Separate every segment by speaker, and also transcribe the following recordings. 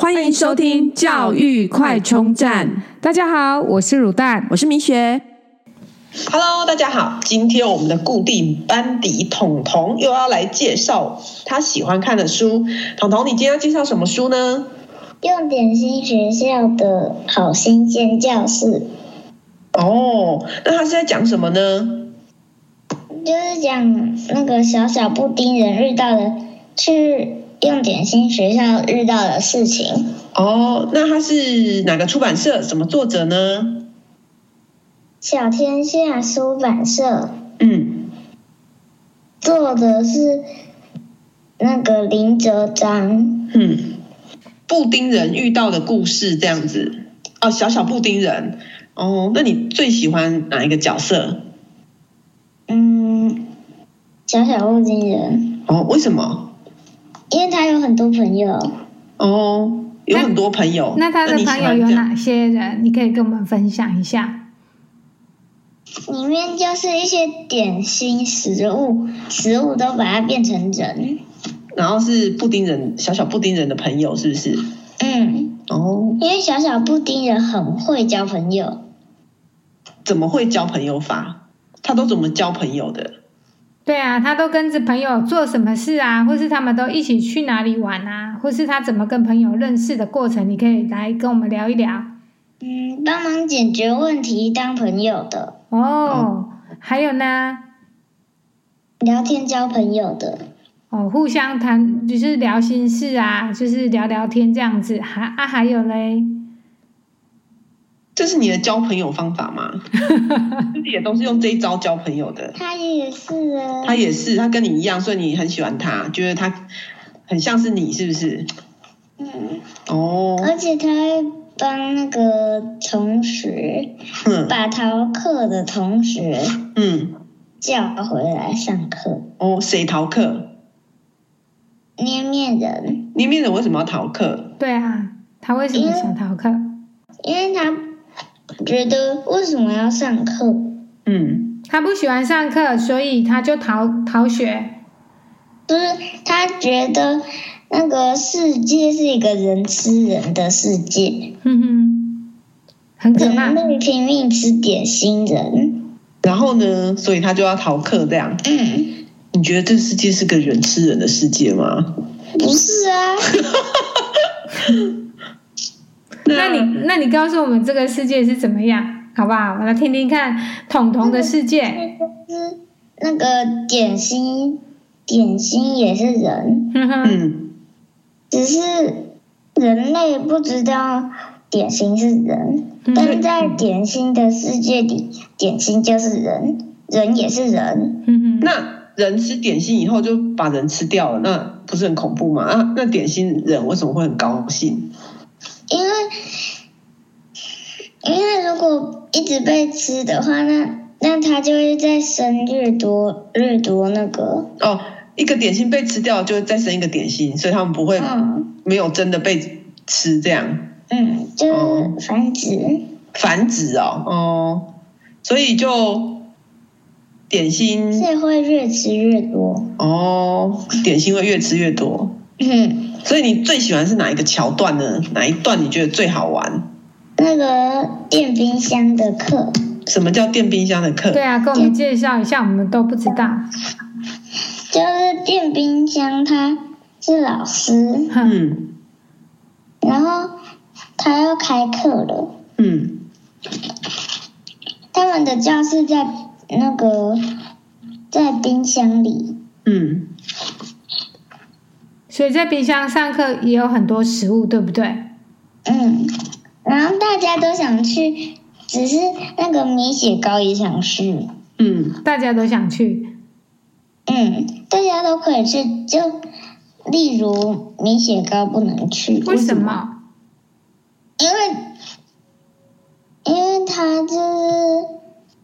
Speaker 1: 欢迎收听教育快充站。
Speaker 2: 大家好，我是乳蛋。
Speaker 1: 我是明学，
Speaker 3: Hello，大家好，今天我们的固定班底彤彤又要来介绍他喜欢看的书。彤彤，你今天要介绍什么书呢？
Speaker 4: 用点心学校的好新鲜教室，
Speaker 3: 哦，那他是在讲什么呢？
Speaker 4: 就是讲那个小小布丁人遇到的，去用点心学校遇到的事情。
Speaker 3: 哦，那他是哪个出版社？什么作者呢？
Speaker 4: 小天下出版社
Speaker 3: 嗯，
Speaker 4: 作者是那个林哲章，
Speaker 3: 嗯，布丁人遇到的故事这样子。哦，小小布丁人。哦，那你最喜欢哪一个角色？
Speaker 4: 嗯，小小布丁人，
Speaker 3: 哦，为什么？
Speaker 4: 因为他有很多朋友，
Speaker 3: 哦，有很多朋友。
Speaker 2: 那他的
Speaker 3: 你喜
Speaker 2: 朋
Speaker 3: 欢
Speaker 2: 友有
Speaker 3: 这样
Speaker 2: 哪些人？你可以跟我们分享一下。
Speaker 4: 里面就是一些点心食物，食物都把它变成人，
Speaker 3: 然后是布丁人，小小布丁人的朋友是不是？
Speaker 4: 嗯。
Speaker 3: 哦，
Speaker 4: 因为小小布丁人很会交朋友，
Speaker 3: 怎么会交朋友法？他都怎么交朋友的？
Speaker 2: 对啊，他都跟着朋友做什么事啊，或是他们都一起去哪里玩啊，或是他怎么跟朋友认识的过程，你可以来跟我们聊一聊。
Speaker 4: 嗯，帮忙解决问题，当朋友的，
Speaker 2: 哦，还有呢，
Speaker 4: 聊天交朋友的，
Speaker 2: 哦，互相谈就是聊心事啊，就是聊聊天这样子。还啊，还有嘞，
Speaker 3: 这是你的交朋友方法 吗？就是也都是用这一招交朋友的。
Speaker 4: 他也是啊
Speaker 3: 他，也是，他跟你一样，所以你很喜欢他，觉得他很像是你，是不是？
Speaker 4: 嗯，
Speaker 3: 哦，
Speaker 4: 而且他会帮那个同学
Speaker 3: 嗯
Speaker 4: 把逃课的同学
Speaker 3: 嗯，
Speaker 4: 叫回来上课。
Speaker 3: 哦，谁逃课？
Speaker 4: 捏面人，
Speaker 3: 里面人为什么要逃课？
Speaker 2: 对啊，他为什么想逃课？
Speaker 4: 因为他觉得为什么要上课？
Speaker 3: 嗯，
Speaker 2: 他不喜欢上课，所以他就逃逃学。
Speaker 4: 就是他觉得那个世界是一个人吃人的世界，
Speaker 2: 哼哼，很可怕
Speaker 4: 人。类拼命吃点心人。
Speaker 3: 然后呢？所以他就要逃课这样。
Speaker 4: 嗯，
Speaker 3: 你觉得这世界是个人吃人的世界吗？
Speaker 4: 不是啊，
Speaker 2: 那你那你告诉我们这个世界是怎么样，好不好？我来听听看彤彤的世界。
Speaker 4: 是 那个点心，点心也是人，
Speaker 2: 哼哼，
Speaker 3: 嗯，
Speaker 4: 只是人类不知道点心是人，
Speaker 2: 嗯
Speaker 4: 但在点心的世界里，点心就是人，人也是人。
Speaker 2: 嗯哼哼，
Speaker 3: 那人吃点心以后就把人吃掉了，那不是很恐怖吗？啊，那点心人为什么会很高兴？
Speaker 4: 因为，因为如果一直被吃的话，那那它就会再生越多越多那个，
Speaker 3: 哦，一个点心被吃掉就会再生一个点心，所以他们不会
Speaker 4: 嗯
Speaker 3: 没有真的被吃这样
Speaker 4: 嗯，就是繁殖。
Speaker 3: 繁殖哦，哦，所以就点心
Speaker 4: 是会越吃越多。
Speaker 3: 哦，点心会越吃越多。
Speaker 4: 嗯，
Speaker 3: 所以你最喜欢是哪一个桥段呢？哪一段你觉得最好玩？
Speaker 4: 那个电冰箱的课，
Speaker 3: 什么叫电冰箱的课？
Speaker 2: 对啊，跟我们介绍一下，我们都不知道。
Speaker 4: 就是电冰箱他是老师，
Speaker 2: 哼，
Speaker 3: 嗯
Speaker 4: 然后他要开课了。
Speaker 3: 嗯
Speaker 4: 他们的教室在那个在冰箱里，
Speaker 3: 嗯，
Speaker 2: 所以在冰箱上课也有很多食物，对不对？
Speaker 4: 嗯，然后大家都想去，只是那个米雪糕也想去，
Speaker 3: 嗯
Speaker 2: 大家都想去。
Speaker 4: 嗯，大家都可以去，就例如米雪糕不能去，
Speaker 2: 为什么？
Speaker 4: 因为，因为它就是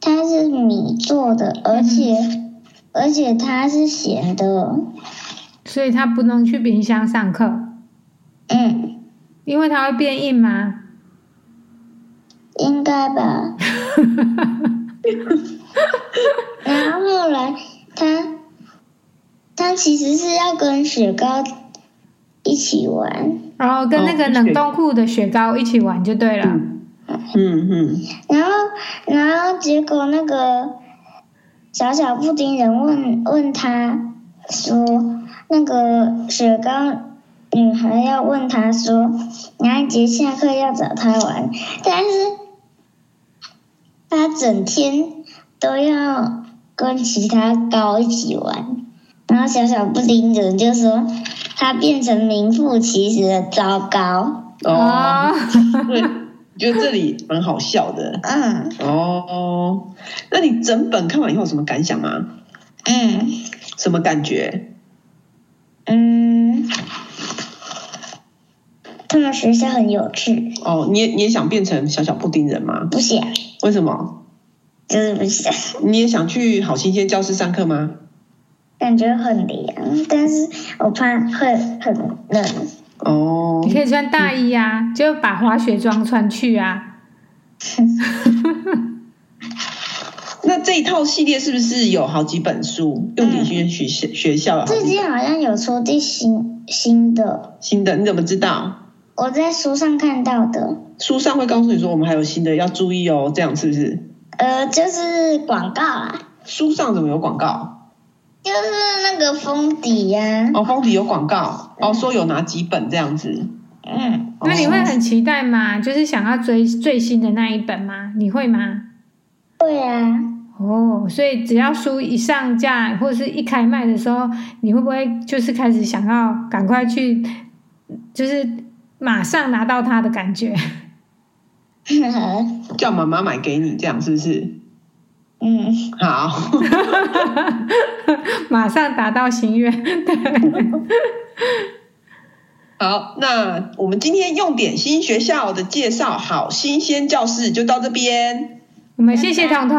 Speaker 4: 它是米做的，而且、
Speaker 2: 嗯
Speaker 4: 而且它是咸的，
Speaker 2: 所以他不能去冰箱上课，
Speaker 4: 嗯，
Speaker 2: 因为它会变硬吗？
Speaker 4: 应该 吧。然后后来它它其实是要跟雪糕一一起玩，
Speaker 2: 然后跟那个冷冻库的雪糕一起玩就对了。
Speaker 3: 嗯嗯，
Speaker 4: 然后然后结果那个小小布丁人问问他说，那个雪糕女孩要问他说，哪一节下课要找他玩，但是他整天都要跟其他高一起玩，然后小小布丁人就说他变成名副其实的糟糕，
Speaker 3: 哦，
Speaker 2: 哦，
Speaker 3: 对，觉得这里蛮好笑的
Speaker 4: 嗯
Speaker 3: 哦。那你整本看完以后有什么感想吗？
Speaker 4: 嗯。
Speaker 3: 什么感觉？
Speaker 4: 嗯，他们学校很有趣，
Speaker 3: 哦，你也你也想变成小小布丁人吗？
Speaker 4: 不想，
Speaker 3: 为什么？
Speaker 4: 就是不想，
Speaker 3: 你也想去好新鲜教室上课吗？
Speaker 4: 感觉很凉，但是我怕会很冷。
Speaker 3: 哦
Speaker 2: 你，可以穿大衣啊，就把滑雪装穿去啊。
Speaker 3: 那这一套系列是不是有好几本书？用品轩学校学校有好
Speaker 4: 最
Speaker 3: 几
Speaker 4: 近好像有出第新新的，
Speaker 3: 新的，你怎么知道？
Speaker 4: 我在书上看到的，
Speaker 3: 书上会告诉你说我们还有新的，要注意哦，这样是不是？
Speaker 4: 呃，就是广告啊，
Speaker 3: 书上怎么有广告？
Speaker 4: 就是那个封底呀、
Speaker 3: 哦，封底有广告，哦，说有哪几本这样子。哦
Speaker 4: 嗯，
Speaker 2: 嗯那你
Speaker 5: 哦
Speaker 2: 会很期待吗？就是想要追最新的那一本吗？你会吗？
Speaker 4: 对啊，
Speaker 2: 哦，所以只要书一上架或者是一开卖的时候，你会不会就是开始想要赶快去，就是马上拿到它的感觉？
Speaker 4: 嗯
Speaker 3: 叫妈妈买给你，这样是不是？
Speaker 4: 嗯，
Speaker 3: 好，
Speaker 2: 马上达到心愿，对，
Speaker 3: 好，那我们今天用点新学校的介绍，好新鲜教室就到这边，
Speaker 2: 我们谢谢彤彤。